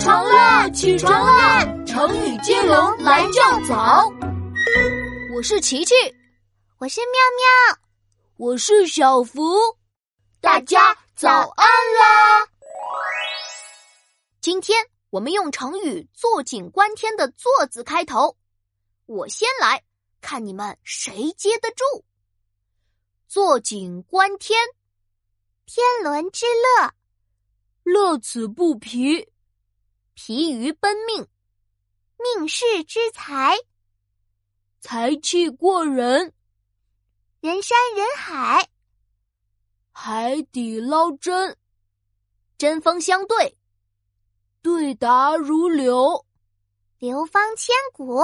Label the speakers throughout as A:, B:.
A: 快起床啦！成语接龙来较早。我是琪琪，
B: 我是妙妙，
A: 我是小福，大家早安啦！今天我们用成语“坐井观天”的“坐”字开头。我先来，看你们谁接得住。坐井观天，
B: 天伦之乐，
A: 乐此不疲；疲于奔命，
B: 命世之才，
A: 才气过人；
B: 人山人海，
A: 海底捞针，针锋相对，对答如流，
B: 流芳千古，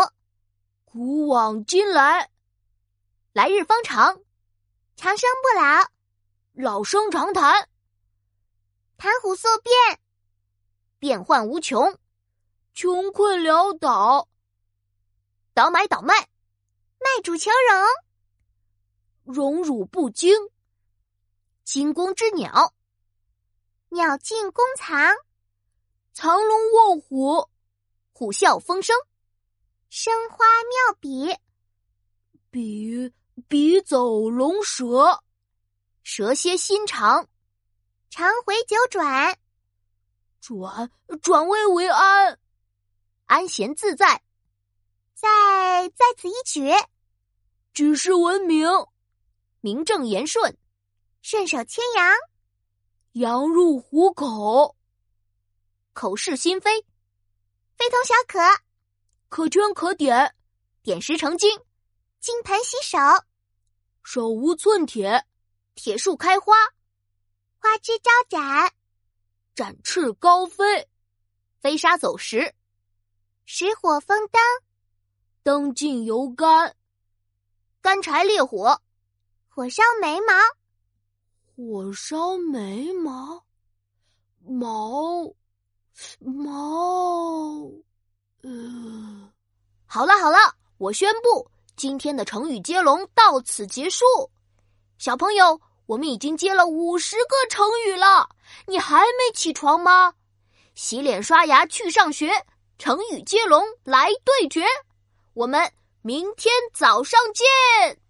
A: 古往今来，来日方长。
B: 长生不老，
A: 老生常谈，
B: 谈虎色变，
A: 变幻无穷，穷困潦倒，倒买倒卖，
B: 卖主求荣，
A: 荣辱不惊，惊弓之鸟，
B: 鸟尽弓藏，
A: 藏龙卧虎，虎啸风生，
B: 生花妙笔，
A: 笔。笔走龙蛇，蛇蝎心肠，
B: 常回九转，
A: 转转危为安，安闲自在，
B: 在在此一举，
A: 举世闻名，名正言顺，
B: 顺手牵羊，
A: 羊入虎口，口是心非，
B: 非同小可，
A: 可圈可点，点石成金。
B: 金盆洗手，
A: 手无寸铁；铁树开花，
B: 花枝招展，
A: 展翅高飞；飞沙走石，
B: 石火风灯，
A: 灯尽油干；干柴烈火，
B: 火烧眉毛，
A: 火烧眉毛，毛毛……呃，好了好了，我宣布。今天的成语接龙到此结束，小朋友，我们已经接了五十个成语了，你还没起床吗？洗脸刷牙去上学，成语接龙来对决，我们明天早上见。